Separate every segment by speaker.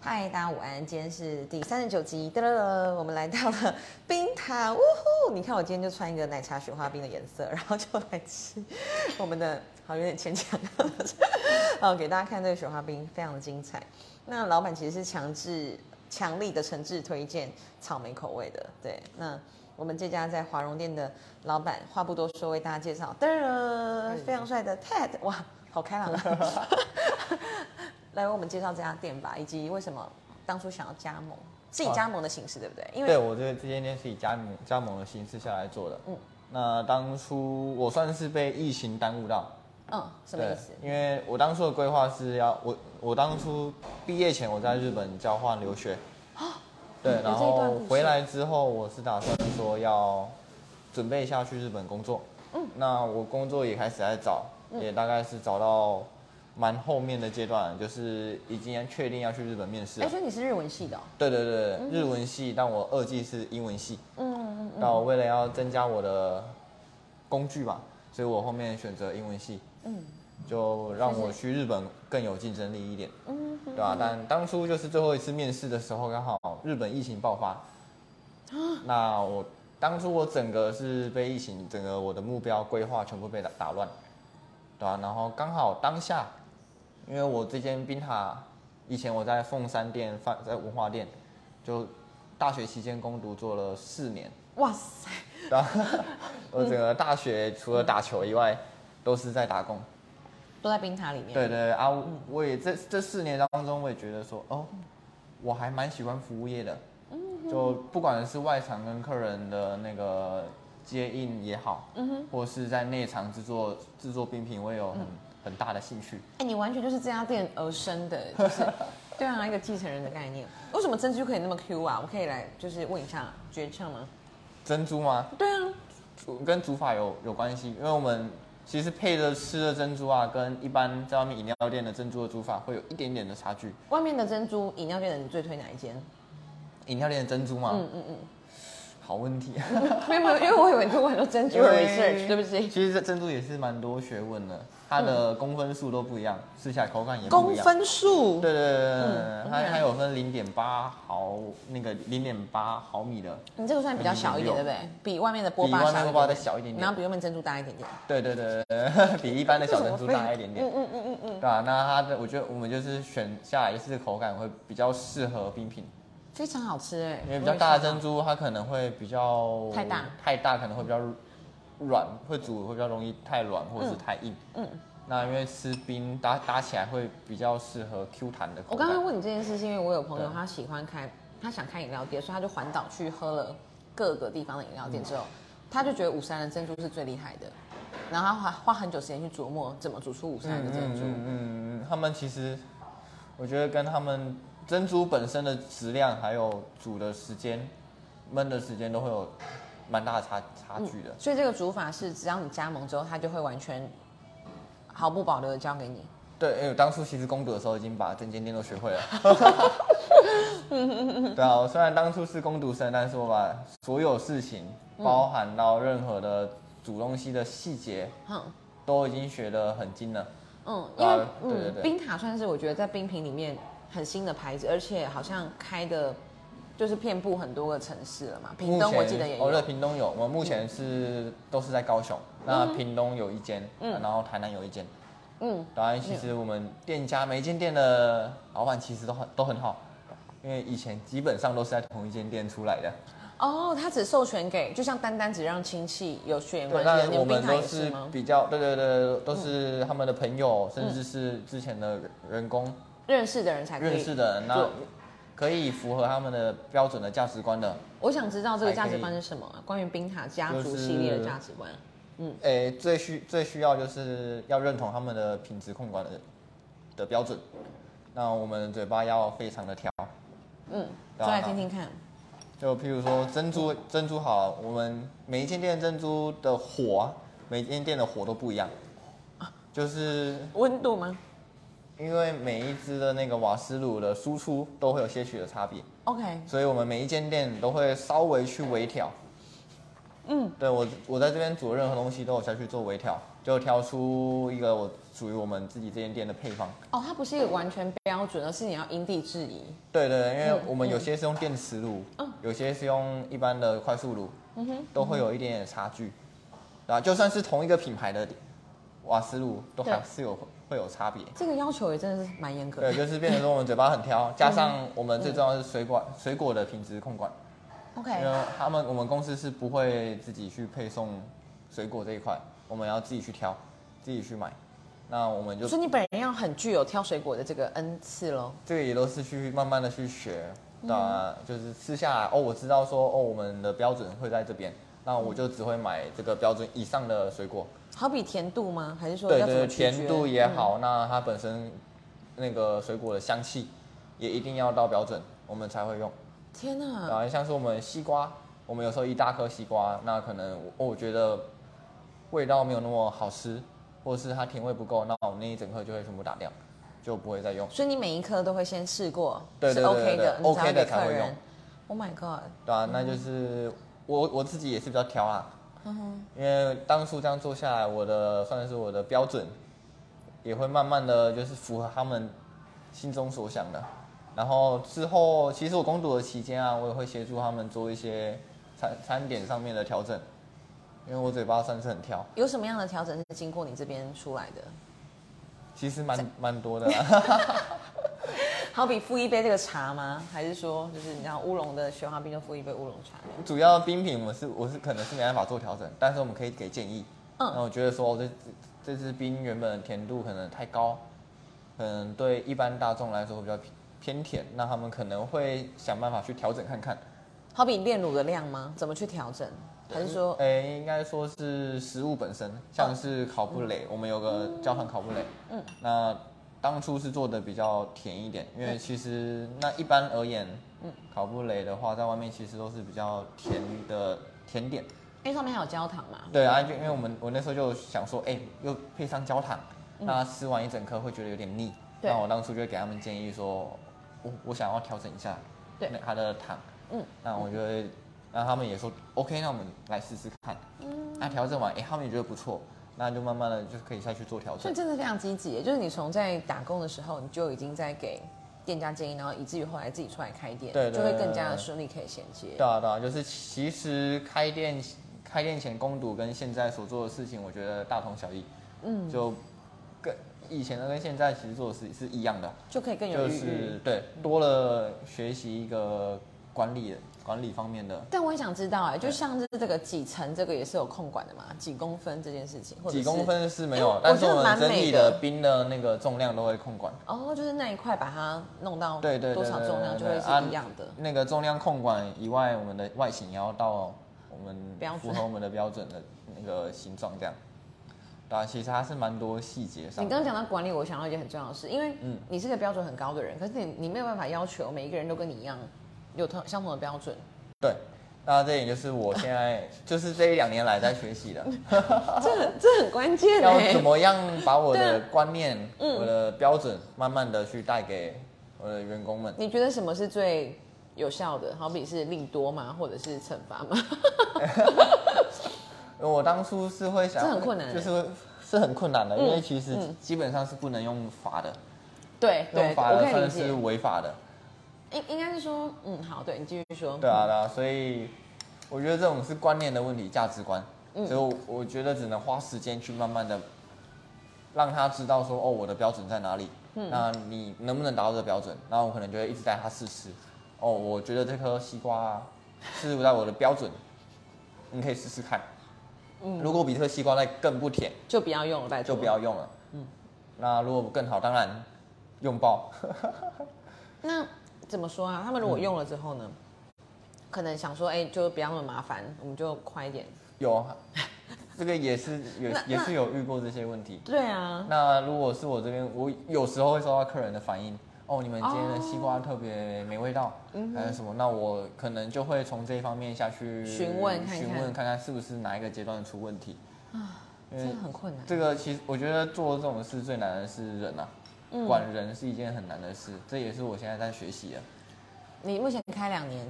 Speaker 1: 嗨，大家午安，今天是第三十九集，噔噔噔，我们来到了 冰塔，呜呼！你看我今天就穿一个奶茶雪花冰的颜色，然后就来吃我们的，好有点牵强， 好给大家看这个雪花冰，非常的精彩。那老板其实是强制、强力的诚挚推荐草莓口味的，对，那。我们这家在华荣店的老板，话不多说，为大家介绍，噔噔，非常帅的 Ted，哇，好开朗啊！来为我们介绍这家店吧，以及为什么当初想要加盟，是以加盟的形式，对不对？因
Speaker 2: 对
Speaker 1: 为
Speaker 2: 我这个这间店是以加盟加盟的形式下来做的。
Speaker 1: 嗯
Speaker 2: 嗯，那当初我算是被疫情耽误到，
Speaker 1: 嗯，什么
Speaker 2: 对
Speaker 1: 意思？
Speaker 2: 因为我当初的规划是要我我当初毕业前我在日本交换留学，对，
Speaker 1: 啊有
Speaker 2: 然
Speaker 1: 这一段
Speaker 2: 后
Speaker 1: 故事
Speaker 2: 回来之后我是打算说要准备一下去日本工作。嗯，那我工作也开始在找，
Speaker 1: 嗯
Speaker 2: 也大概是找到蛮后面的阶段，就是已经确定要去日本面试了
Speaker 1: 哎，。所以你是日文系的哦，
Speaker 2: 对对对，日文系，但我二技是英文系。
Speaker 1: 嗯，
Speaker 2: 那我为了要增加我的工具吧，所以我后面选择英文系。嗯，就让我去日本更有竞争力一点。嗯，对吧、但当初就是最后一次面试的时候，刚好日本疫情爆发。啊那我当初我整个是被疫情，整个我的目标规划全部被打打乱，对吧、然后刚好当下，因为我这间冰塔，以前我在凤山店、饭在文化店，就大学期间攻读做了四年。
Speaker 1: 哇塞，
Speaker 2: 然后我整个大学除了打球以外，都是在打工。
Speaker 1: 都在冰塔里面，
Speaker 2: 对对对啊，我我也这这四年当中，我也觉得说，哦，我还蛮喜欢服务业的，就不管是外场跟客人的那个接应也好，或是在内场制作制作冰品，我也有很很大的兴趣。
Speaker 1: 哎，你完全就是这家店而生 的，就是对啊，一个继承人的概念。为什么珍珠可以那么 Q 啊？我可以来就是问一下诀窍吗？
Speaker 2: 珍珠吗？
Speaker 1: 对啊，
Speaker 2: 煮跟煮法有有关系，因为我们其实配着吃的珍珠啊，跟一般在外面饮料店的珍珠的煮法会有一点点的差距。
Speaker 1: 外面的珍珠饮料店的你最推哪一间？
Speaker 2: 饮料店的珍珠嘛，嗯嗯嗯，好问题，
Speaker 1: 没有没有，因为我以为你做过很多珍珠的 research，对不
Speaker 2: 起。
Speaker 1: 起。
Speaker 2: 其实这珍珠也是蛮多学问的，它的公分数都不一样，吃起来口感也不
Speaker 1: 公
Speaker 2: 一样。
Speaker 1: 分数，
Speaker 2: 对对对对对对，它
Speaker 1: 当然
Speaker 2: 它有分零点八毫那个零点八毫米的，
Speaker 1: 你这个算比较小一点，对不对？比外面的波
Speaker 2: 比
Speaker 1: 霸
Speaker 2: 外
Speaker 1: 小一
Speaker 2: 面
Speaker 1: 点，
Speaker 2: 波霸再小一点点
Speaker 1: 然后比外面珍珠大一点点。
Speaker 2: 对对对对对，比一般的小珍珠大一点点。
Speaker 1: 嗯嗯嗯嗯嗯，
Speaker 2: 对吧、那它的我觉得我们就是选下来是口感会比较适合冰品，
Speaker 1: 非常好吃哎，
Speaker 2: 因为比较大的
Speaker 1: 我也
Speaker 2: 珍珠它可能会比较
Speaker 1: 太大，
Speaker 2: 太大可能会比较软，会煮会比较容易太软或者是太硬。嗯，那因为吃冰打打起来会比较适合 Q 弹的
Speaker 1: 我
Speaker 2: 口
Speaker 1: 刚
Speaker 2: 感。
Speaker 1: 刚问你这件事，是因为我有朋友
Speaker 2: 对
Speaker 1: 他喜欢开，他想开饮料店，所以他就环岛去喝了各个地方的饮料店之后，他就觉得五山的珍珠是最厉害的，然后他花花很久时间去琢磨怎么煮出五山的珍珠。
Speaker 2: 嗯嗯，他们其实我觉得跟他们珍珠本身的质量还有煮的时间、焖的时间都会有蛮大的差差距的。
Speaker 1: 所以这个煮法是，只要你加盟之后，他就会完全毫不保留的交给你。
Speaker 2: 对，因为我当初其实攻读的时候已经把整间店都学 会了。对啊，我虽然当初是攻读生，但是我把所有事情，
Speaker 1: 嗯
Speaker 2: 包含到任何的煮东西的细节，
Speaker 1: 哼、
Speaker 2: 都已经学得很精了。
Speaker 1: 嗯，因为、
Speaker 2: 啊对对
Speaker 1: 嗯，
Speaker 2: 对
Speaker 1: 冰塔算是我觉得在冰品里面很新的牌子，而且好像开的就是遍布很多个城市了嘛。屏
Speaker 2: 目
Speaker 1: 东
Speaker 2: 前
Speaker 1: 我记得也有，嗯
Speaker 2: 哦，对，屏东有，我们目前是、都是在高雄，那屏东有一间，然后台南有一间。
Speaker 1: 嗯，
Speaker 2: 当然，其实我们店家每一间店的老板其实都很都很好，因为以前基本上都是在同一间店出来的。
Speaker 1: 哦，他只授权给，就像丹丹只让亲戚有血缘
Speaker 2: 对，
Speaker 1: 关系，
Speaker 2: 但
Speaker 1: 你
Speaker 2: 我
Speaker 1: 们冰
Speaker 2: 们
Speaker 1: 塔
Speaker 2: 都
Speaker 1: 也是
Speaker 2: 是
Speaker 1: 吗？嗯
Speaker 2: 比较，对对对，都是他们的朋友，甚至是之前的员工
Speaker 1: 认识的人才可以
Speaker 2: 认识的人，那
Speaker 1: 哎对
Speaker 2: 可以符合他们的标准的价值观的。
Speaker 1: 我想知道这个
Speaker 2: 才
Speaker 1: 价
Speaker 2: 可以
Speaker 1: 值观是什么啊、关于冰塔家族
Speaker 2: 就是
Speaker 1: 系列的价值观。嗯
Speaker 2: 诶，哎最需最需要就是要认同他们的品质控管的的标准。那我们嘴巴要非常的挑，
Speaker 1: 嗯，
Speaker 2: 对
Speaker 1: 说
Speaker 2: 啊
Speaker 1: 来听听看。
Speaker 2: 就譬如说珍
Speaker 1: 嗯
Speaker 2: 珠，珍珠好了，我们每一间店珍珠的火啊，每一间店的火都不一样，就是
Speaker 1: 温度吗
Speaker 2: 因为每一只的那个瓦斯炉的输出都会有些许的差别，
Speaker 1: ？OK，
Speaker 2: 所以我们每一间店都会稍微去微调。嗯，对我我在这边煮任何东西都有下去做微调，就挑出一个我属于我们自己这间店的配方。
Speaker 1: 哦，它不是一个完全标准，而是你要因地制宜。
Speaker 2: 对对对，因为我们有些是用电磁炉，有些是用一般的快速炉，都会有一点点差距。啊，就算是同一个品牌的瓦斯炉，都还
Speaker 1: 对
Speaker 2: 是有会有差别。
Speaker 1: 这个要求也真的是蛮严格
Speaker 2: 对，
Speaker 1: 的。
Speaker 2: 就是变成说我们嘴巴很挑，加上我们
Speaker 1: 嗯
Speaker 2: 最重要的是水管水果的品质控管，因
Speaker 1: OK，
Speaker 2: 为他们我们公司是不会自己去配送水果这一块，我们要自己去挑，自己去买。那我们就
Speaker 1: 所以你本人要很具有挑水果的这个恩赐喽。
Speaker 2: 这个也都是去慢慢的去学，
Speaker 1: 嗯
Speaker 2: 当然就是吃下来哦，我知道说哦，我们的标准会在这边，那我就只会买这个标准以上的水果。
Speaker 1: 好比甜度吗？还是说
Speaker 2: 对
Speaker 1: 嗯要怎
Speaker 2: 对，
Speaker 1: 么嗯取决
Speaker 2: 甜度也好，那它本身那个水果的香气也一定要到标准，我们才会用。
Speaker 1: 天哪、
Speaker 2: 然后像是我们西瓜，我们有时候一大颗西瓜，那可能我我觉得味道没有那么好吃，或者是它甜味不够，那我那一整颗就会全部打掉，就不会再用。
Speaker 1: 所以你每一颗都会先试过，
Speaker 2: 对对对
Speaker 1: 是 OK 的
Speaker 2: 对对
Speaker 1: 你才
Speaker 2: OK 的
Speaker 1: 给
Speaker 2: 才
Speaker 1: 客
Speaker 2: 会
Speaker 1: 人
Speaker 2: 用。
Speaker 1: Oh my god！
Speaker 2: 对啊，那就是我我自己也是比较挑啦，
Speaker 1: 嗯哼，
Speaker 2: 因为当初这样做下来，我的算是我的标准，也会慢慢的就是符合他们心中所想的。然后之后，其实我攻读的期间啊，我也会协助他们做一些餐餐点上面的调整，因为我嘴巴算是很挑，
Speaker 1: 有什么样的调整是经过你这边出来的？
Speaker 2: 其实蛮蛮多的啊啦。
Speaker 1: 好比付一杯这个茶吗？还是说就是你知道乌龙的雪花冰就付一杯乌龙茶？
Speaker 2: 主要冰品我是我是可能是没办法做调整，但是我们可以给建议。
Speaker 1: 嗯
Speaker 2: 那我觉得说哦这这支冰原本的甜度可能太高，可能对一般大众来说会比较偏偏甜，那他们可能会想办法去调整看看。
Speaker 1: 好比炼乳的量吗？怎么去调整？还是说
Speaker 2: 嗯诶、应该说是食物本身，像是烤布蕾，我们有个焦糖烤布蕾，嗯，那当初是做的比较甜一点，因为其实那一般而言，嗯，烤布蕾的话，在外面其实都是比较甜的甜点，
Speaker 1: 因为上面还有焦糖嘛？
Speaker 2: 对啊，就因为我们我那时候就想说，哎、又配上焦糖，那吃完一整颗会觉得有点腻。
Speaker 1: 嗯对
Speaker 2: 那我当初就给他们建议说，我我想要调整一下，
Speaker 1: 对
Speaker 2: 那它的糖，
Speaker 1: 嗯，
Speaker 2: 那我觉得，那他们也说 OK，那我们来试试看。嗯，那调整完，哎、他们也觉得不错，那就慢慢的就可以下去做调
Speaker 1: 所
Speaker 2: 整
Speaker 1: 以。真的非常积极耶，就是你从在打工的时候，你就已经在给店家建议，然后以至于后来自己出来开店，
Speaker 2: 对对
Speaker 1: 就会
Speaker 2: 对
Speaker 1: 更加的
Speaker 2: 对对
Speaker 1: 顺利可以衔接。
Speaker 2: 对啊，对啊，就是其实开店开店前攻读跟现在所做的事情，我觉得大同小异。嗯，就跟以前的跟现在其实做的事是一样的。
Speaker 1: 就可以更有
Speaker 2: 就
Speaker 1: 余裕。嗯
Speaker 2: 是对多了学习一个管理管理方面的
Speaker 1: 但我也想知道哎，就像是这个几层，这个也是有控管的嘛？几公分这件事情，或者
Speaker 2: 几
Speaker 1: 是
Speaker 2: 公分是没
Speaker 1: 因为
Speaker 2: 有
Speaker 1: 我，
Speaker 2: 但是
Speaker 1: 觉得
Speaker 2: 我
Speaker 1: 蛮
Speaker 2: 们整
Speaker 1: 美
Speaker 2: 体
Speaker 1: 的
Speaker 2: 的冰的那个重量都会控管。
Speaker 1: 哦，就是那一块把它弄到
Speaker 2: 对对对
Speaker 1: 多少
Speaker 2: 对对
Speaker 1: 重量就
Speaker 2: 对
Speaker 1: 会
Speaker 2: 啊
Speaker 1: 是一样的。
Speaker 2: 那个重量控管以外，我们的外形也要到我
Speaker 1: 标
Speaker 2: 们符
Speaker 1: 准
Speaker 2: 合我们的标准的那个形状这样。对啊，其实它是蛮多细节上
Speaker 1: 你
Speaker 2: 的。
Speaker 1: 刚刚讲到管理，我想到一件很重要的事，因为
Speaker 2: 嗯
Speaker 1: 你是个标准很高的人，可是你你没有办法要求每一个人都跟你一样有同相同的标准，
Speaker 2: 对，那这也就是我现在就是这一两年来在学习的，
Speaker 1: 这很这很关键
Speaker 2: 要
Speaker 1: 哎
Speaker 2: 怎。么样把我
Speaker 1: 对
Speaker 2: 的
Speaker 1: 啊
Speaker 2: 观念、我的标准，慢慢的去带给我的员工们。
Speaker 1: 你觉得什么是最有效的？好比是利多吗，或者是惩罚吗？
Speaker 2: 我当初是会想，
Speaker 1: 这很困难嗯
Speaker 2: 就是会是很困难的，因为其实基本上是不能用罚的，
Speaker 1: 对对，
Speaker 2: 用罚
Speaker 1: 我可
Speaker 2: 的
Speaker 1: 以理
Speaker 2: 算是
Speaker 1: 解。
Speaker 2: 违法的，
Speaker 1: 应应该是说，嗯，好，对你继续说。
Speaker 2: 对啊，对啊，所以我觉得这种是观念的问题，价值观，
Speaker 1: 嗯
Speaker 2: 所以我我觉得只能花时间去慢慢的让他知道说，哦，我的标准在哪里，
Speaker 1: 嗯
Speaker 2: 那你能不能达到这个标准？然后我可能就会一直带他试吃，哦，我觉得这颗西瓜啊是不在我的标准， 你可以试试看，
Speaker 1: 嗯
Speaker 2: 如果比这个西瓜再更不甜。
Speaker 1: 就不要用了，拜托。
Speaker 2: 就不要用了。嗯，那如果更好，当然用爆。
Speaker 1: 那怎么说啊？他们
Speaker 2: 嗯
Speaker 1: 如果用了之后呢？可能想说，哎、就不要那么麻烦，我们就快一点。
Speaker 2: 有，啊这个也是有
Speaker 1: 那
Speaker 2: 也是有遇过这些问题。
Speaker 1: 对啊，
Speaker 2: 那如果是我这边，我有时候会收到客人的反应，哦，你们今天的西瓜特别没味道，
Speaker 1: 嗯
Speaker 2: 还是什么？那我可能就会从这一方面下去
Speaker 1: 询问看看
Speaker 2: 询问看看是不是哪一个阶段出问题。因为
Speaker 1: 真的很困难。
Speaker 2: 这个其实我觉得做这种事最难的是人啊，
Speaker 1: 嗯
Speaker 2: 管人是一件很难的事，这也是我现在在学习的，
Speaker 1: 你目前开两年，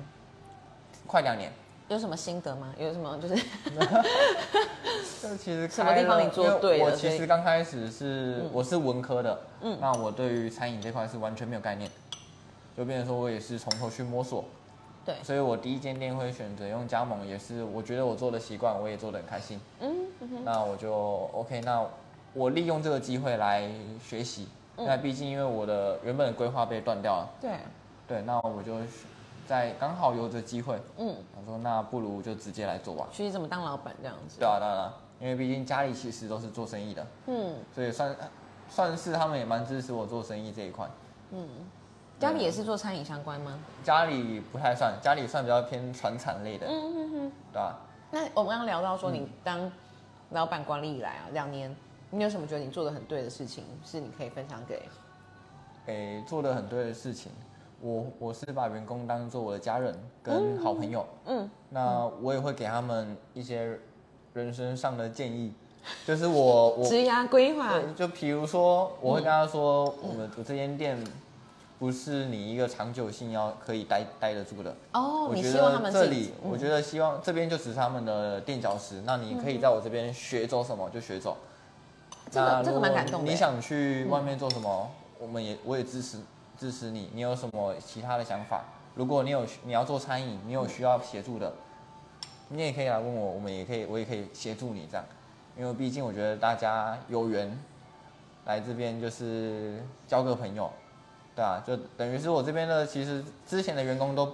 Speaker 2: 快两年。
Speaker 1: 有什么心得吗？有什么就是
Speaker 2: 这其实
Speaker 1: 什么地方
Speaker 2: 开了
Speaker 1: 你做对了
Speaker 2: 因为我
Speaker 1: 所以嗯
Speaker 2: 其实刚开始是我是文科的，嗯，那我对于餐饮这块是完全没有概念，就变成说我也是从头去摸索。
Speaker 1: 对
Speaker 2: 所以我第一间店会选择用加盟，也是我觉得我做的习惯，我也做的很开心。
Speaker 1: 嗯嗯哼
Speaker 2: 那我就 OK，那我利用这个机会来学习。
Speaker 1: 嗯
Speaker 2: 那毕竟因为我的原本的规划被断掉了，
Speaker 1: 对，
Speaker 2: 对，那我就在刚好有这机会，
Speaker 1: 嗯，
Speaker 2: 我说那不如就直接来做吧。
Speaker 1: 学习怎么当老板这样子。
Speaker 2: 对啊，当然了，因为毕竟家里其实都是做生意的，
Speaker 1: 嗯
Speaker 2: 所以算算是他们也蛮支持我做生意这一块。
Speaker 1: 嗯，家
Speaker 2: 啊
Speaker 1: 里也是做餐饮相关吗？
Speaker 2: 家里不太算，家里算比较偏传产类的，
Speaker 1: 嗯哼哼。
Speaker 2: 对啊吧、
Speaker 1: 那我们刚刚聊到说，你
Speaker 2: 嗯
Speaker 1: 当老板管理以来啊，两年，你有什么觉得你做的很对的事情，是你可以分享给？
Speaker 2: 诶、做的很对的事情。我我是把员工当做我的家人跟好朋友，
Speaker 1: 嗯，
Speaker 2: 那我也会给他们一些人生上的建议，就是我 我
Speaker 1: 职啊涯规划，
Speaker 2: 对就比如说，我会跟他说，我们我这间店不是你一个长久性要可以待待得住的。
Speaker 1: 哦，
Speaker 2: 我
Speaker 1: 你
Speaker 2: 觉
Speaker 1: 希望他
Speaker 2: 得
Speaker 1: 们嗯
Speaker 2: 这
Speaker 1: 自己
Speaker 2: 里，我觉得希望这边就只是他们的垫脚石，那你可以
Speaker 1: 嗯
Speaker 2: 在我这边学走什么就学走。
Speaker 1: 这个这个蛮感动的嗯
Speaker 2: 你想去外面做什么，我们也我也支持支持你。你有什么其他的想法？如果你有你要做餐饮，你有需要协助的，你也可以来问我，我们也可以我也可以协助你这样。因为毕竟我觉得大家有缘来这边就是交个朋友，对啊，就等于是我这边的其实之前的员工都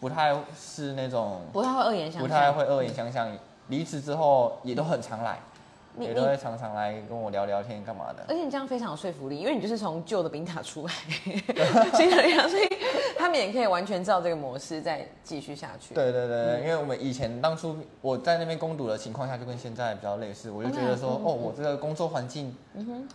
Speaker 2: 不太是那种
Speaker 1: 不太会恶言相
Speaker 2: 不
Speaker 1: 向，
Speaker 2: 太会恶言相向，离职之后也都很常来，
Speaker 1: 你
Speaker 2: 也
Speaker 1: 你
Speaker 2: 都，会常常来跟我聊聊天干嘛的。
Speaker 1: 而且你这样非常有说服力，因为你就是从旧的冰塔出来， 新的冰塔，所以他们也可以完全照这个模式再继续下去。，
Speaker 2: 对对对，
Speaker 1: 嗯
Speaker 2: 因为我们以前当初我在那边攻读的情况下，就跟现在比较类似，我就觉得
Speaker 1: 嗯
Speaker 2: 说，哦，我这个工作环境，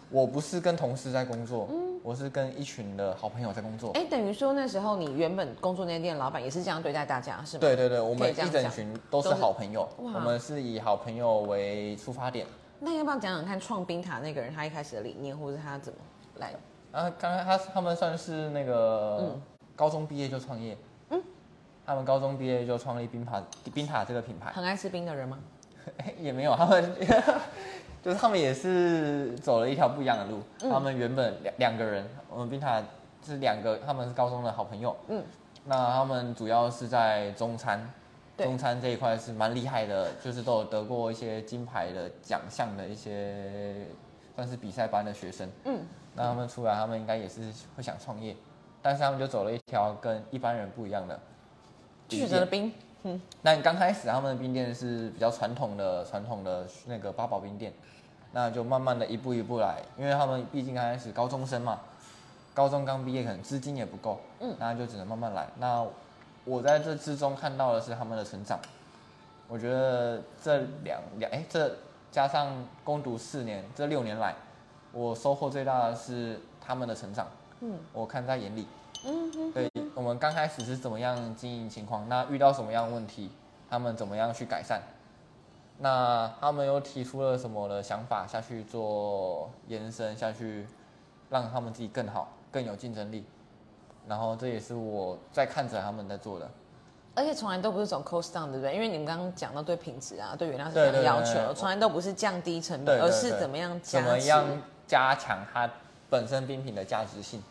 Speaker 2: 我不是跟同事在工作，
Speaker 1: 嗯
Speaker 2: 我是跟一群的好朋友在工作。
Speaker 1: 哎，等于说那时候你原本工作那间店老板也是这样对待大家，是吗？
Speaker 2: 对对对，我
Speaker 1: 可
Speaker 2: 们
Speaker 1: 以这样
Speaker 2: 一整
Speaker 1: 讲
Speaker 2: 群都是好朋友，
Speaker 1: 哇
Speaker 2: 我们是以好朋友为出发点。
Speaker 1: 那要不要讲讲看创冰塔那个人他一开始的理念，或者是他怎么来？
Speaker 2: 然后啊刚刚他他们算是那个
Speaker 1: 嗯
Speaker 2: 高中毕业就创业，他们高中毕业就创立冰塔冰塔这个品牌，
Speaker 1: 很爱吃冰的人吗？
Speaker 2: 也没有他们，就是他们也是走了一条不一样的路。
Speaker 1: 嗯
Speaker 2: 他们原本两两个人，我们冰塔是两个，他们是高中的好朋友，
Speaker 1: 嗯，
Speaker 2: 那他们主要是在中餐。
Speaker 1: 对
Speaker 2: 中餐这一块是蛮厉害的，就是都有得过一些金牌的奖项的一些，算是比赛班的学生。
Speaker 1: 嗯，
Speaker 2: 那他们出来，他们应该也是会想创业，但是他们就走了一条跟一般人不一样的。
Speaker 1: 就选择了冰。
Speaker 2: 那刚开始他们的冰店是比较传统的，传统的那个八宝冰店，那就慢慢的一步一步来，因为他们毕竟刚开始高中生嘛，高中刚毕业，可能资金也不够，嗯，那就只能慢慢来。那我在这之中看到的是他们的成长，我觉得这两两哎、这加上攻读四年，这六年来，我收获最大的是他们的成长，
Speaker 1: 嗯，
Speaker 2: 我看在眼里，
Speaker 1: 嗯哼，
Speaker 2: 对，我们刚开始是怎么样经营情况，那遇到什么样的问题，他们怎么样去改善，那他们又提出了什么的想法下去做延伸下去，让他们自己更好，更有竞争力。然后这也是我在看着他们在做的，
Speaker 1: 而且从来都不是走 cost down，对不对？因为你们刚刚讲到对品质啊、对原料是非常
Speaker 2: 对对对
Speaker 1: 要求，
Speaker 2: 对对
Speaker 1: 从来都不是降低成本，
Speaker 2: 对对
Speaker 1: 而
Speaker 2: 对
Speaker 1: 是怎么样加
Speaker 2: 怎么
Speaker 1: 持
Speaker 2: 样加强它本身冰品的价值性。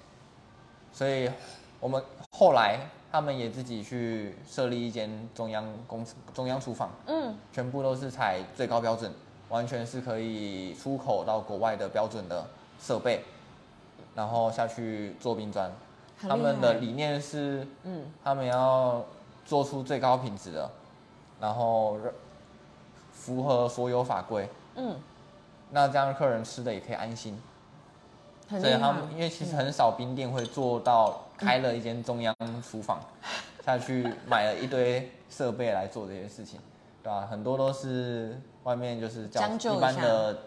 Speaker 2: 所以我们后来他们也自己去设立一间中央公司中央厨房，
Speaker 1: 嗯，
Speaker 2: 全部都是采最高标准，完全是可以出口到国外的标准的设备，然后下去做冰砖。
Speaker 1: 很
Speaker 2: 他
Speaker 1: 厉
Speaker 2: 们的
Speaker 1: 害
Speaker 2: 理念是，
Speaker 1: 嗯，
Speaker 2: 他们要做出最高品质的，然后让符合所有法规，
Speaker 1: 嗯，
Speaker 2: 那这样客人吃的也可以安心。
Speaker 1: 很
Speaker 2: 所
Speaker 1: 厉
Speaker 2: 以
Speaker 1: 害
Speaker 2: 他们啊因为其实很少冰店会做到开了一间中央厨房，下去买了一堆设备来做这些事情，对吧、很多都是外面就是叫
Speaker 1: 将就一
Speaker 2: 一般的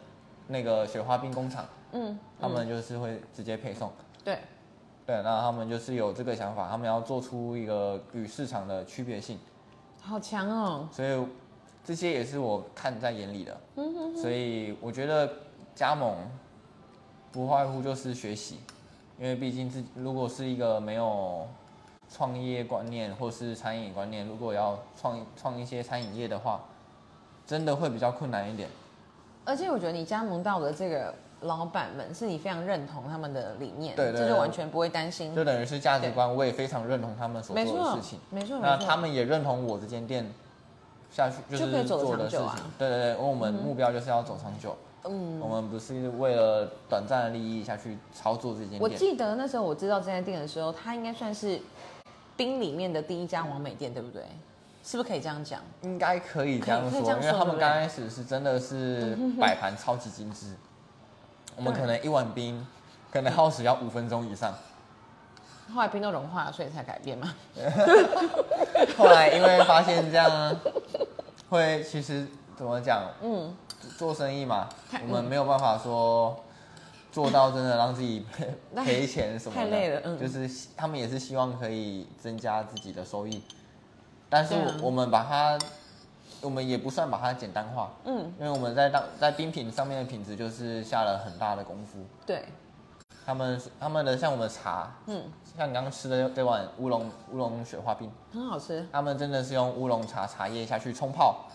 Speaker 2: 那个雪花冰工厂，
Speaker 1: 嗯，
Speaker 2: 他们就是会直接配送。
Speaker 1: 对，
Speaker 2: 对，啊那他们就是有这个想法，他们要做出一个与市场的区别性，
Speaker 1: 好强哦，
Speaker 2: 所以这些也是我看在眼里的。
Speaker 1: 嗯
Speaker 2: 所以我觉得加盟不外乎就是学习，因为毕竟自己如果是一个没有创业观念或是餐饮观念，如果要创创一些餐饮业的话，真的会比较困难一点。
Speaker 1: 而且我觉得你加盟到的这个老板们，是你非常认同他们的理念，
Speaker 2: 对对
Speaker 1: 这就
Speaker 2: 对
Speaker 1: 完全不会担心。
Speaker 2: 就等于是价值观，我也非常认同他们所
Speaker 1: 没
Speaker 2: 做的
Speaker 1: 错
Speaker 2: 事情。，
Speaker 1: 没错，
Speaker 2: 那
Speaker 1: 没错。
Speaker 2: 他们也认同我这间店下去就
Speaker 1: 就可以
Speaker 2: 是
Speaker 1: 走得
Speaker 2: 做
Speaker 1: 长
Speaker 2: 的事
Speaker 1: 久
Speaker 2: 情。
Speaker 1: 啊
Speaker 2: 对对对，因为我们目标就是要走长久，
Speaker 1: 嗯，
Speaker 2: 我们不是为了短暂的利益下去操作这间
Speaker 1: 我
Speaker 2: 店。
Speaker 1: 记得那时候我知道这家店的时候，它应该算是冰里面的第一家完美店，对不对？是不是可以这样讲？
Speaker 2: 应该可以这样
Speaker 1: 可以
Speaker 2: 说，
Speaker 1: 可以这样
Speaker 2: 因为
Speaker 1: 说
Speaker 2: 他们
Speaker 1: 对不对
Speaker 2: 刚开始是真 的是摆盘超级精致，我们可能一碗冰可能耗时要五分钟以上。
Speaker 1: 后来冰都融化了，所以才改变 嘛。
Speaker 2: 后来因为发 现这样啊会，其实怎么讲，
Speaker 1: 嗯，
Speaker 2: 做生意嘛
Speaker 1: 太，嗯
Speaker 2: 我们没有办法说做到真的让自己
Speaker 1: 那
Speaker 2: 赔钱什么的，
Speaker 1: 太累了嗯
Speaker 2: 就是希他们也是希望可以增加自己的收益，但是
Speaker 1: 对啊
Speaker 2: 我们把它，我们也不算把它简单化，
Speaker 1: 嗯，
Speaker 2: 因为我们在当在冰品上面的品质就是下了很大的功夫，
Speaker 1: 对，
Speaker 2: 他们他们的像我们的茶，
Speaker 1: 嗯，
Speaker 2: 像你刚刚吃的这碗乌龙乌龙雪花冰，
Speaker 1: 很好吃。
Speaker 2: 他们真的是用乌龙茶茶叶下去冲泡，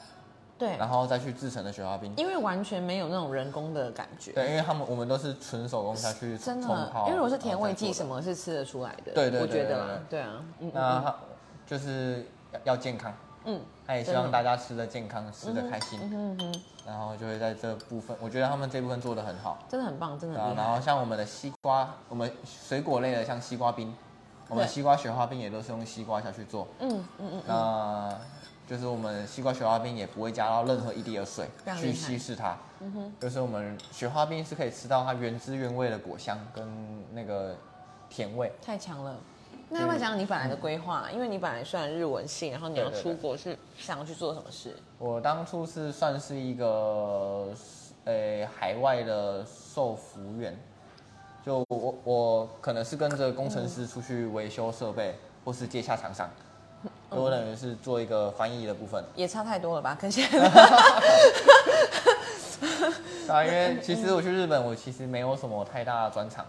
Speaker 1: 对，
Speaker 2: 然后再去制成的雪花冰。
Speaker 1: 因为完全没有那种人工的感觉，
Speaker 2: 对，因为他们我们都是纯手工下去
Speaker 1: 真
Speaker 2: 冲
Speaker 1: 的。
Speaker 2: 泡，
Speaker 1: 因为如果是甜味剂，什
Speaker 2: 么，
Speaker 1: 么是吃得出来的？
Speaker 2: 对对对
Speaker 1: 我觉得
Speaker 2: 对
Speaker 1: 啦对
Speaker 2: 对，
Speaker 1: 啊，嗯
Speaker 2: 那
Speaker 1: 嗯
Speaker 2: 它就是要要健康，
Speaker 1: 嗯
Speaker 2: 他也希
Speaker 1: 真
Speaker 2: 望
Speaker 1: 的
Speaker 2: 大家吃的健康，吃的开心，
Speaker 1: 嗯嗯嗯，
Speaker 2: 然后就会在这部分，我觉得他们这部分做的很好。
Speaker 1: 真的很棒，真的
Speaker 2: 啊
Speaker 1: 很，厉
Speaker 2: 然
Speaker 1: 害。
Speaker 2: 后像我们的西瓜，我们水果类的像西瓜冰，我们
Speaker 1: 对
Speaker 2: 西瓜雪花冰也都是用西瓜下去做，
Speaker 1: 嗯嗯嗯，
Speaker 2: 那就是我们西瓜雪花冰也不会加到任何一滴的水
Speaker 1: 非常厉
Speaker 2: 去
Speaker 1: 害
Speaker 2: 稀释它。嗯哼，就是我们雪花冰是可以吃到它原汁原味的果香跟那个甜味。
Speaker 1: 太强了。那要不要讲讲你本来的规划？因为你本来算日文系，然后你要
Speaker 2: 对对
Speaker 1: 出
Speaker 2: 对
Speaker 1: 国是想要去做什么事？
Speaker 2: 我当初是算是一个呃、海外的售服务员，就我我可能是跟着工程师出去维修设备，或是接洽厂商，
Speaker 1: 嗯
Speaker 2: 所以我等于是做一个翻译的部分。
Speaker 1: 也差太多了 吧？跟现在
Speaker 2: 啊，因为其实我去日本，我其实没有什么太大的专长，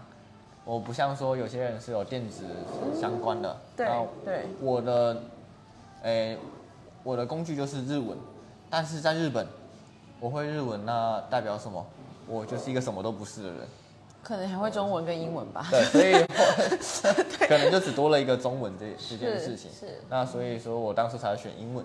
Speaker 2: 我不像说有些人是有电子相关的。
Speaker 1: 对
Speaker 2: 然后
Speaker 1: 对
Speaker 2: 我的，诶、我的工具就是日文，但是在日本，我会日文，那代表什么？我就是一个什么都不是的人。
Speaker 1: 可能还会中文跟英文吧。
Speaker 2: 对， 所以可能就只多了一个中文这这件
Speaker 1: 是
Speaker 2: 事情。
Speaker 1: 是嗯
Speaker 2: 那所以说我当初才选英文，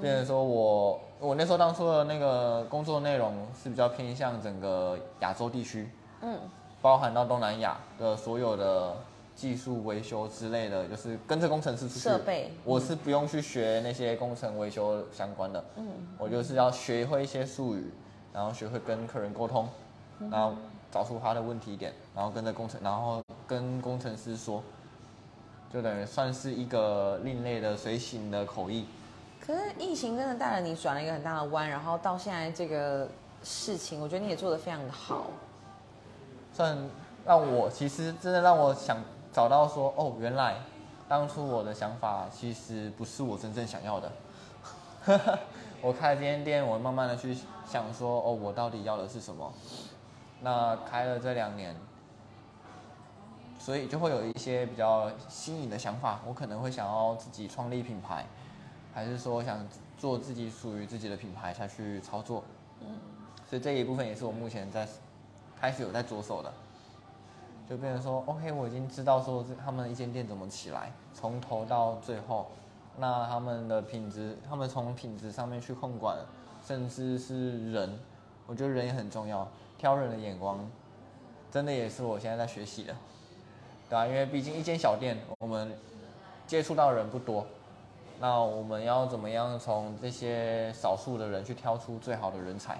Speaker 2: 变成说我我那时候当初的那个工作内容是比较偏向整个亚洲地区，
Speaker 1: 嗯，
Speaker 2: 包含到东南亚的所有的。技术维修之类的，就是跟着工程师出去。
Speaker 1: 设备
Speaker 2: 我是不用去学那些工程维修相关的，嗯，我就是要学会一些术语，然后学会跟客人沟通，然后找出他的问题点，然后跟着工程，然后跟工程师说，就等于算是一个另类的随行的口译。
Speaker 1: 可是疫情真的带了你转了一个很大的弯，然后到现在这个事情，我觉得你也做得非常的好。
Speaker 2: 算让我其实真的让我想找到说，哦，原来当初我的想法其实不是我真正想要的。 我开了这间店，我慢慢的去想说，哦，我到底要的是什么？那开了这两年，所以就会有一些比较新颖的想法。我可能会想要自己创立品牌，还是说想做自己属于自己的品牌下去操作。所以这一部分也是我目前在开始有在着手的，就变成说，OK，我已经知道说这他们一间店怎么起来，从头到最后，那他们的品质，他们从品质上面去控管，甚至是人，我觉得人也很重要，挑人的眼光，真的也是我现在在学习的，对啊，因为毕竟一间小店，我们接触到的人不多。那我们要怎么样从这些少数的人去挑出最好的人才？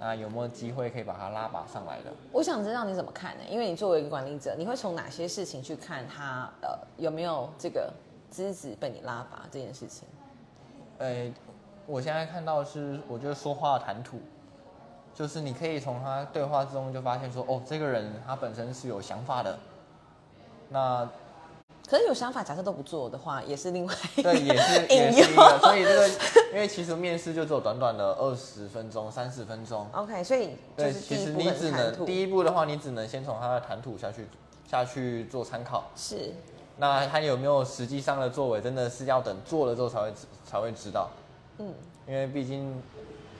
Speaker 2: 那有没有机会可以把它拉拔上来的？
Speaker 1: 我想知道你怎么看呢、因为你作为一个管理者，你会从哪些事情去看他呃有没有这个资质被你拉拔这件事情？
Speaker 2: 呃、我现在看到的是，我觉得说话的谈吐，就是你可以从他对话之中就发现说，哦，这个人他本身是有想法的。那
Speaker 1: 可是有想法，假设都不做的话，也是另外一个
Speaker 2: 对，也是也
Speaker 1: 隐忧
Speaker 2: 是一个，所以这个，因为其实面试就只有短短的二十分钟、三十分钟，
Speaker 1: OK，所以就
Speaker 2: 对，
Speaker 1: 是
Speaker 2: 其
Speaker 1: 第一
Speaker 2: 实
Speaker 1: 步
Speaker 2: 你
Speaker 1: 很
Speaker 2: 只
Speaker 1: 谈
Speaker 2: 能
Speaker 1: 吐，
Speaker 2: 第一步的话，你只能先从他的谈吐下去下去做参考。
Speaker 1: 是
Speaker 2: 那它有没有实际上的作为，真的是要等做了之后才会知才会知道。
Speaker 1: 嗯，
Speaker 2: 因为毕竟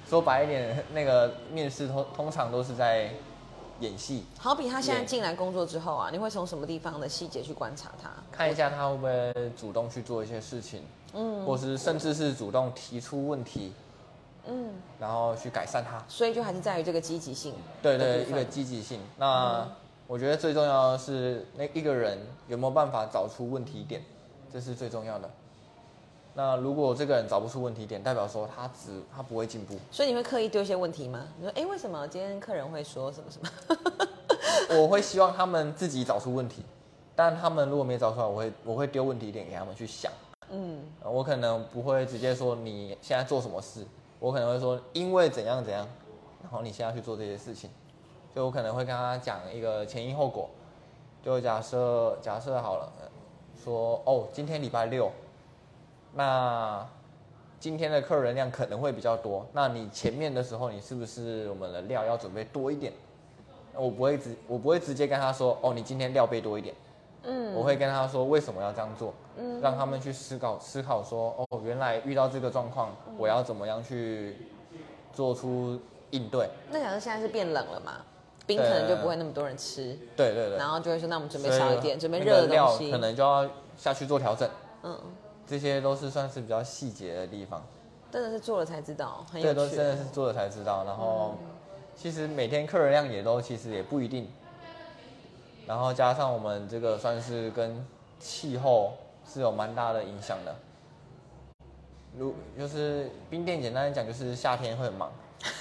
Speaker 2: 说白一点，那个面试通通常都是在演戏，
Speaker 1: 好比他现在
Speaker 2: 也
Speaker 1: 进来工作之后啊，你会从什么地方的细节去观察他？
Speaker 2: 看一下他会不会主动去做一些事情，嗯，或是甚至是主动提出问题，
Speaker 1: 嗯，
Speaker 2: 然后去改善它。
Speaker 1: 所以就还是在于这个积极性。
Speaker 2: 对
Speaker 1: 的
Speaker 2: 对，
Speaker 1: 部
Speaker 2: 一
Speaker 1: 分
Speaker 2: 个积极性。那我觉得最重要的是那一个人有没有办法找出问题点，这是最重要的。那如果这个人找不出问题点，代表说他只他不会进步。
Speaker 1: 所以你会刻意丢一些问题吗？你说，哎，为什么今天客人会说什么什 么？
Speaker 2: 我会希望他们自己找出问题，但他们如果没找出来，我会我会丢问题点给他们去想。
Speaker 1: 嗯，
Speaker 2: 呃我可能不会直接说你现在做什么事，我可能会说因为怎样怎样，然后你现在去做这些事情，所以我可能会跟他讲一个前因后果。就假设假设好了，呃说哦，今天礼拜六，那今天的客人量可能会比较多，那你前面的时候，你是不是我们的料要准备多一点？我不会直我不会直接跟他说哦，你今天料备多一点。嗯，我会跟他说为什么要这样做，嗯，让他们去思考思考说哦，原来遇到这个状况，
Speaker 1: 嗯
Speaker 2: 我要怎么样去做出应对？
Speaker 1: 那假设现在是变冷了嘛，冰可能就不会那么多人吃，
Speaker 2: 对对对，
Speaker 1: 然后就会说，那我们准备
Speaker 2: 所以
Speaker 1: 少一点，准备
Speaker 2: 那
Speaker 1: 热
Speaker 2: 个
Speaker 1: 的东
Speaker 2: 料
Speaker 1: 西。
Speaker 2: 可能就要下去做调整，
Speaker 1: 嗯，
Speaker 2: 这些都是算是比较细节的地方，
Speaker 1: 真的是做了才知道，很有
Speaker 2: 这都
Speaker 1: 趣
Speaker 2: 真。的是做了才知道。然后，
Speaker 1: 嗯
Speaker 2: 其实每天客人量也都其实也不一定，然后加上我们这个算是跟气候是有蛮大的影响的。如就是冰店，简单来讲就是夏天会很忙，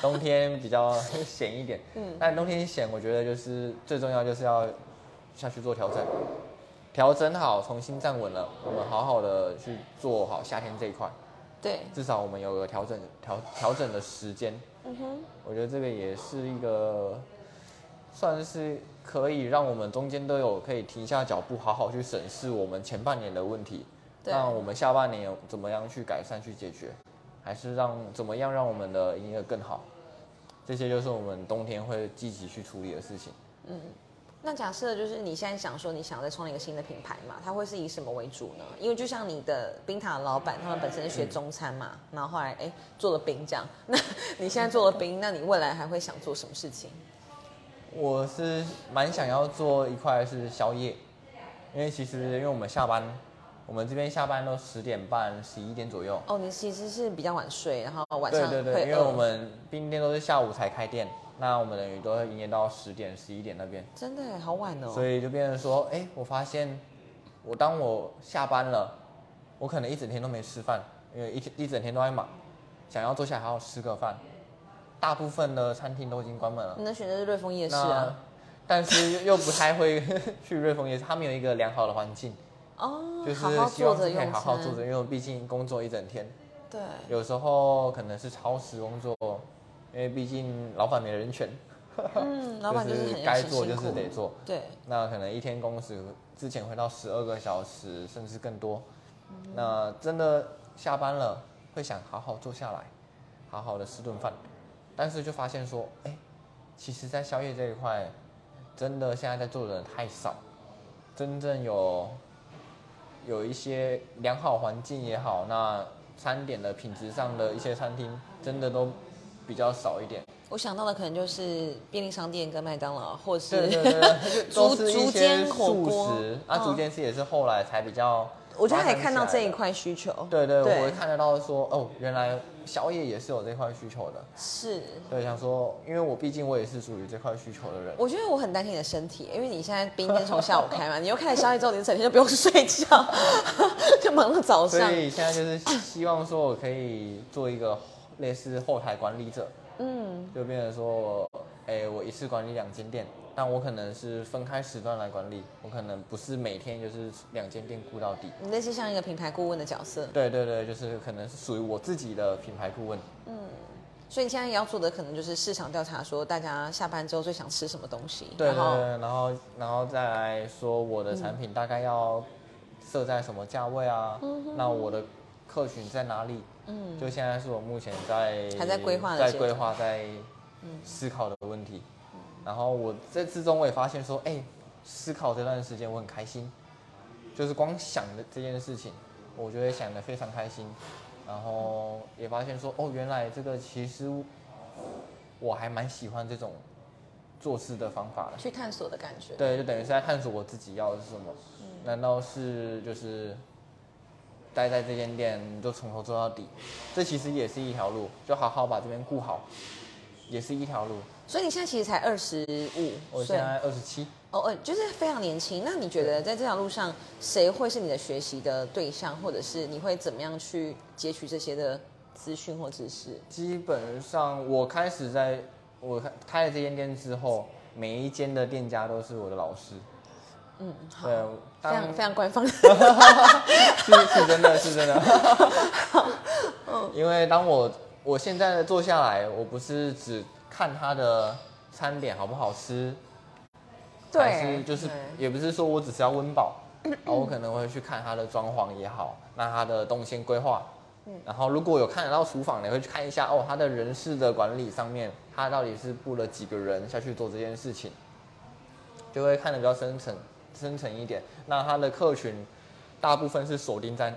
Speaker 2: 冬天比较 闲一点。嗯，但冬天闲，我觉得就是最重要就是要下去做调整，调整好，重新站稳了，我们好好的去做好夏天这一块。
Speaker 1: 对，
Speaker 2: 至少我们有个调整调调整的时间。
Speaker 1: 嗯哼，
Speaker 2: 我觉得这个也是一个，算是可以让我们中间都有可以停下脚步，好好去审视我们前半年的问题，
Speaker 1: 对
Speaker 2: 那我们下半年有怎么样去改善去解决，还是让怎么样让我们的营业更好，这些就是我们冬天会积极去处理的事情。
Speaker 1: 那假设就是你现在想说你想要再创立一个新的品牌嘛，它会是以什么为主呢？因为就像你的冰塔的老板，他们本身是
Speaker 2: 嗯
Speaker 1: 学中餐嘛，然后后来哎做了冰这样，那你现在做了冰，那你未来还会想做什么事情？
Speaker 2: 我是蛮想要做一块是宵夜，因为其实因为我们下班，我们这边下班都十点半、十一点左右。
Speaker 1: 哦，你其实是比较晚睡，然后晚
Speaker 2: 对
Speaker 1: 上会
Speaker 2: 对
Speaker 1: 饿。
Speaker 2: 对，因为我们冰店都是下午才开店，那我们等于都会营业到十点、十一点那边，
Speaker 1: 真的耶好晚哦，
Speaker 2: 所以就变成说，哎，我发现我当我下班了，我可能一整天都没吃饭，因为一天一整天都在忙，想要坐下来好好吃个饭，大部分的餐厅都已经关门了。
Speaker 1: 你的选择是瑞丰夜市
Speaker 2: 那
Speaker 1: 啊。
Speaker 2: 但是又又不太会 去瑞丰夜市，他们有一个良好的环境，
Speaker 1: 哦，
Speaker 2: 就是
Speaker 1: 好好
Speaker 2: 希
Speaker 1: 坐
Speaker 2: 望是
Speaker 1: 着
Speaker 2: 可以
Speaker 1: 用
Speaker 2: 好好坐着，
Speaker 1: 餐，
Speaker 2: 因为我毕竟工作一整天，
Speaker 1: 对，
Speaker 2: 有时候可能是超时工作，因为毕竟老板没人权，
Speaker 1: 嗯，老板就是
Speaker 2: 是
Speaker 1: 很
Speaker 2: 该
Speaker 1: 很
Speaker 2: 做
Speaker 1: 辛
Speaker 2: 就是
Speaker 1: 苦，
Speaker 2: 得做。
Speaker 1: 对，
Speaker 2: 那可能一天工时之前会到十二个小时，甚至更多。那真的下班了，会想好好坐下来，好好的吃顿饭，但是就发现说，哎、其实，在宵夜这一块，真的现在在做的人太少，真正有有一些良好环境也好，那餐点的品质上的一些餐厅，真的都比较少一点。
Speaker 1: 我想到的可能就是便利商店跟麦当劳，或
Speaker 2: 对
Speaker 1: 是
Speaker 2: 对对对，就
Speaker 1: 竹
Speaker 2: 都是一
Speaker 1: 竹
Speaker 2: 些
Speaker 1: 间火
Speaker 2: 素
Speaker 1: 锅
Speaker 2: 食啊，
Speaker 1: 嗯
Speaker 2: 竹间是也是后来才比较，
Speaker 1: 我觉得还看到这一
Speaker 2: 块。
Speaker 1: 块需求。
Speaker 2: 对对，我会看得到说哦，原来宵夜也是有这块需求的。
Speaker 1: 是。
Speaker 2: 对，想说，因为我毕竟我也是属于这块需求的人。
Speaker 1: 我觉得我很担心你的身体，因为你现在冰天从下午开嘛， 你又开始宵夜之后，你整天就不用睡觉， 就忙到早
Speaker 2: 所
Speaker 1: 上。
Speaker 2: 以现在就是希望说，我可以做一个类似后台管理者，
Speaker 1: 嗯，
Speaker 2: 就变成说，哎，我一次管理两间店，但我可能是分开时段来管理，我可能不是每天就是两间店顾到底。
Speaker 1: 你那是像一个品牌顾问的角色，
Speaker 2: 对对对，就是可能是属于我自己的品牌顾问。
Speaker 1: 所以你现在要做的可能就是市场调查，说大家下班之后最想吃什么东西，
Speaker 2: 对对
Speaker 1: 然后嗯
Speaker 2: 对，然后然后再来说我的产品大概要设在什么价位啊？
Speaker 1: 嗯
Speaker 2: 那我的客群在哪里？嗯，就现在是我目前在
Speaker 1: 还在规划的
Speaker 2: 在
Speaker 1: 阶嗯
Speaker 2: 规划在思考的问题。然后我在之中我也发现说，哎，思考这段时间我很开心，就就是光想的这件事情，我就会想得非常开心，然后也发现说，哦，原来这个其实我还蛮喜欢这种做事的方法的。
Speaker 1: 去探索的感觉。
Speaker 2: 对，就等于是在探索我自己要的是什么。难道是就是待在这间店就从头做到底？这其实也是一条路，就好好把这边顾好，也是一条路。
Speaker 1: 所以你现在其实才二十
Speaker 2: 我
Speaker 1: 五
Speaker 2: 现
Speaker 1: 岁，
Speaker 2: 在二十七，
Speaker 1: 哦，呃，就是非常年轻。那你觉得在这条路上，谁会是你的学习的对象，或者是你会怎么样去截取这些的资讯或知识？
Speaker 2: 基本上我开始在我开开了这间店之后，每一间的店家都是我的老师。
Speaker 1: 嗯，好，
Speaker 2: 对，啊
Speaker 1: 非
Speaker 2: 当
Speaker 1: 常非常官方。
Speaker 2: 是是真的，是真的。
Speaker 1: 哦
Speaker 2: 因为当我我现在坐下来，我不是只看它的餐点好不好吃，还是
Speaker 1: 对，
Speaker 2: 就是
Speaker 1: 对
Speaker 2: 也不是说我只是要温 饱，然后我可能会去看它的装潢也好，那它的动线规划，
Speaker 1: 嗯
Speaker 2: 然后如果有看得到厨房，你会去看一下哦，它的人事的管理上面，它到底是布了几个人下去做这件事情，就会看得比较深层深层一点。那它的客群大部分是锁定在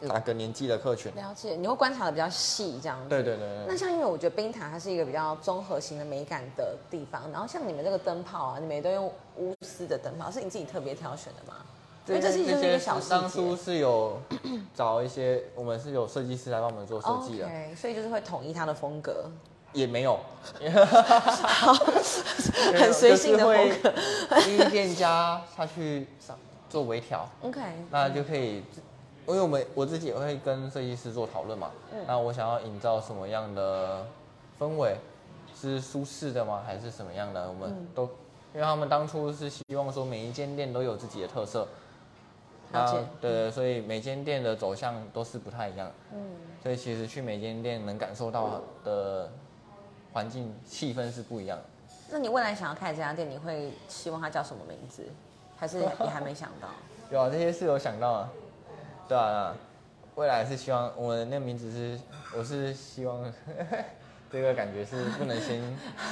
Speaker 2: 哪个年纪的客群？
Speaker 1: 了解，你会观察的比较细，这样子。
Speaker 2: 对对对对
Speaker 1: 那
Speaker 2: 对。
Speaker 1: 像因为我觉得冰塔它是一个比较综合型的美感的地方，然后像你们这个灯泡啊，你们也都用钨丝的灯泡，是你自己特别挑选的吗？因为这是就是一个小细
Speaker 2: 当初
Speaker 1: 节。
Speaker 2: 是有找一些，我们是有设计师来帮我们做设计的。
Speaker 1: 哦 OK，所以就是会统一它的风格，
Speaker 2: 也没有，啊
Speaker 1: 很随性的风 格。
Speaker 2: 格。依店家下去上做微调，
Speaker 1: OK，
Speaker 2: 那就可以自，因为我们我自己也会跟设计师做讨论嘛。
Speaker 1: 嗯
Speaker 2: 那我想要营造什么样的氛围，是舒适的吗？还是什么样的？我
Speaker 1: 嗯
Speaker 2: 们都，因为他们当初是希望说每一间店都有自己的特色。
Speaker 1: 了解嗯
Speaker 2: 对对，所以每间店的走向都是不太一样。嗯，所以其实去每间店能感受到的环境气氛是不一样的。
Speaker 1: 那你未来想要开这家店，你会希望它叫什么名字？还 是你还没想到？
Speaker 2: 有啊，这些是有想到啊，对啊，对啊未来是希望我的那个名字是，我是希望 这个感觉是不能先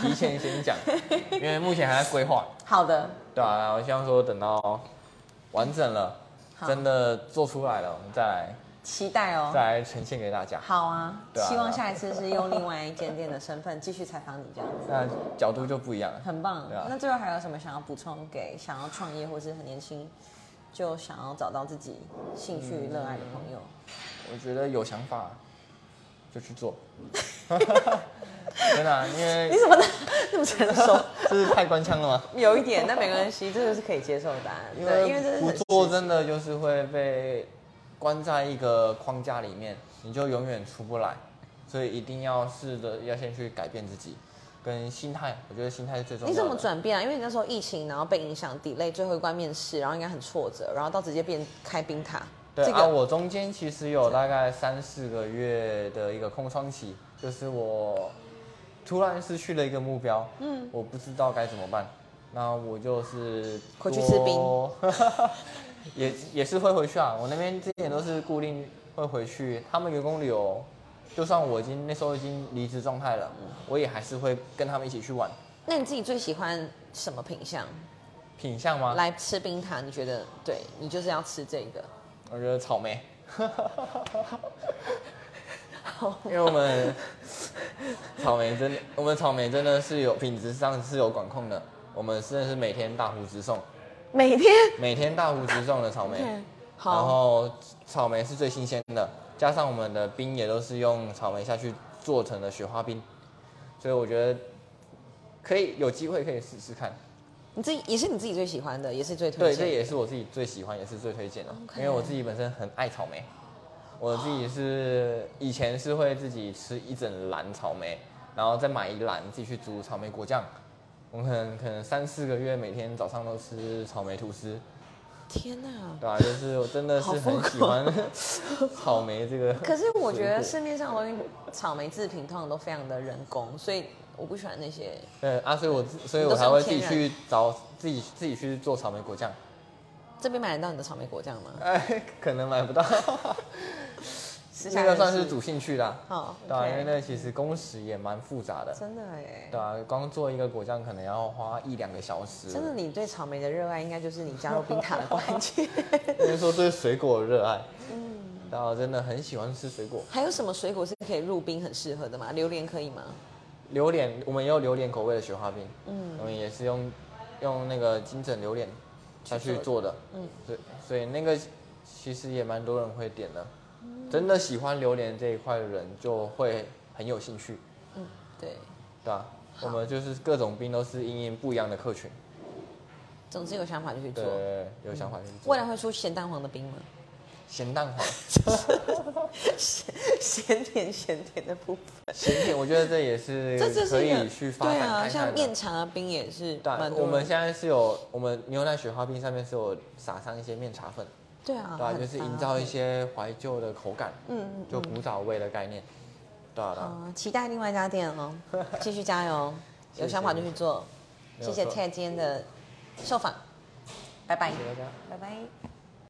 Speaker 2: 提前先讲，因为目前还在规划，
Speaker 1: 好的，
Speaker 2: 对啊，然后我希望说等到完整了，
Speaker 1: 好
Speaker 2: 真的做出来了，我们再来
Speaker 1: 期待哦。
Speaker 2: 再来呈现给大家，
Speaker 1: 好啊，
Speaker 2: 对啊
Speaker 1: 希望下一次是用另外一间店的身份继续采访你这样子，
Speaker 2: 那角度就不一样了。
Speaker 1: 很棒
Speaker 2: 对啊。
Speaker 1: 那最后还有什么想要补充给想要创业或是很年轻就想要找到自己兴趣热爱的朋友？
Speaker 2: 我觉得有想法就去做， 真的啊、因
Speaker 1: 你
Speaker 2: 为
Speaker 1: 怎么那么成熟？
Speaker 2: 这是太官腔了吗？
Speaker 1: 有一点，但没关系，这个是可以接受的答案。
Speaker 2: 因
Speaker 1: 对，因
Speaker 2: 为
Speaker 1: 为这是
Speaker 2: 不
Speaker 1: 很
Speaker 2: 做
Speaker 1: 实际
Speaker 2: 真的就是会被关在一个框架里面，你就永远出不来，所以一定要试着要先去改变自己，跟心态，我觉得心态是最重要
Speaker 1: 你
Speaker 2: 的。
Speaker 1: 怎么转变啊？因为你那时候疫情，然后被影响，delay 最后一关面试，然后应该很挫折，然后到直接变开冰塔。
Speaker 2: 对、
Speaker 1: 这个、
Speaker 2: 啊，我中间其实有大概三四个月的一个空窗期，就是我突然失去了一个目标，嗯，我不知道该怎么办，那我就是
Speaker 1: 回去吃冰
Speaker 2: 多， 也也是会回去啊。我那边之前都是固定会回去，他们员工旅游，就算我已经那时候已经离职状态了，我也还是会跟他们一起去玩。
Speaker 1: 那你自己最喜欢什么品相？
Speaker 2: 品相吗？
Speaker 1: 来吃冰塔，你觉得对你就是要吃这个。
Speaker 2: 我觉得草莓。因为我们草莓真的，我们草莓真的是有品质上是有管控的，我们真的是每天大壶直送，
Speaker 1: 每天
Speaker 2: 每天大壶直送的草莓。然
Speaker 1: 好，
Speaker 2: 后草莓是最新鲜的，加上我们的冰也都是用草莓下去做成的雪花冰，所以我觉得可以有机会可以试试看。
Speaker 1: 你自己也是你自己最喜欢的，也是最推
Speaker 2: 对，
Speaker 1: 荐的。
Speaker 2: 这也是我自己最喜欢，也是最推荐的
Speaker 1: OK
Speaker 2: 因为我自己本身很爱草莓，我自己是以前是会自己吃一整篮草莓，然后再买一篮自己去煮草莓果酱。我可能可能三四个月每天早上都吃草莓吐司，
Speaker 1: 天哪！
Speaker 2: 对吧、啊就是我真的是
Speaker 1: 好疯
Speaker 2: 很喜欢草莓这个。
Speaker 1: 可是我觉得市面上的东西，草莓制品通常都非常的人工，所以我不喜欢那些。
Speaker 2: 对啊，所以我自所以
Speaker 1: 你
Speaker 2: 我
Speaker 1: 都是
Speaker 2: 才
Speaker 1: 用
Speaker 2: 会自己
Speaker 1: 天然
Speaker 2: 去找自己自己去做草莓果酱，
Speaker 1: 这边买得到你的草莓果酱吗？
Speaker 2: 哎，可能买不到，
Speaker 1: 私下
Speaker 2: 那个
Speaker 1: 认
Speaker 2: 算
Speaker 1: 识
Speaker 2: 是主兴趣啦。
Speaker 1: 好，
Speaker 2: 对啊，因为
Speaker 1: OK
Speaker 2: 那其实工时也蛮复杂的，
Speaker 1: 真的哎
Speaker 2: 对，啊，光做一个果酱可能要花一两个小时。
Speaker 1: 真的，你对草莓的热爱应该就是你加入冰塔的关 键。
Speaker 2: 所以说对水果的热爱，嗯，然后真的很喜欢吃水果。
Speaker 1: 还有什么水果是可以入冰很适合的吗？榴莲可以吗？
Speaker 2: 榴莲，我们也有榴莲口味的雪花冰，
Speaker 1: 嗯
Speaker 2: 我们也是用用那个金枕榴莲下去做的，
Speaker 1: 嗯
Speaker 2: 嗯，所以所以那个其实也蛮多人会点的，真的喜欢榴莲这一块的人就会很有兴趣，
Speaker 1: 嗯，对。
Speaker 2: 对吧、我们就是各种冰都是因应不一样的客群，
Speaker 1: 总之有想法就去做
Speaker 2: 对，。有想法就去做
Speaker 1: 未来。会出咸蛋黄的冰吗？
Speaker 2: 咸蛋黄，
Speaker 1: 咸咸甜咸甜的部分，
Speaker 2: 咸甜，我觉得这也是
Speaker 1: 这就是
Speaker 2: 可
Speaker 1: 一个
Speaker 2: 以去发
Speaker 1: 对
Speaker 2: 展
Speaker 1: 啊，
Speaker 2: 看
Speaker 1: 像
Speaker 2: 看的
Speaker 1: 面。茶冰也是
Speaker 2: 对啊
Speaker 1: 蛮，多
Speaker 2: 我们
Speaker 1: 人
Speaker 2: 现在是有我们牛奶雪花冰上面是有撒上一些面茶粉，
Speaker 1: 对啊，
Speaker 2: 对啊，
Speaker 1: 很
Speaker 2: 就是
Speaker 1: 搭
Speaker 2: 营造一些怀旧的口感，
Speaker 1: 嗯嗯
Speaker 2: 就古早味的概念，对啊，对啊
Speaker 1: 啊，期待另外一家店 哦，继续加油，
Speaker 2: 谢谢
Speaker 1: 有想法就去做。
Speaker 2: 没
Speaker 1: 谢
Speaker 2: 有
Speaker 1: 谢
Speaker 2: 错
Speaker 1: Ted 今天的受访，拜拜，
Speaker 2: 谢谢大家。
Speaker 1: 拜拜。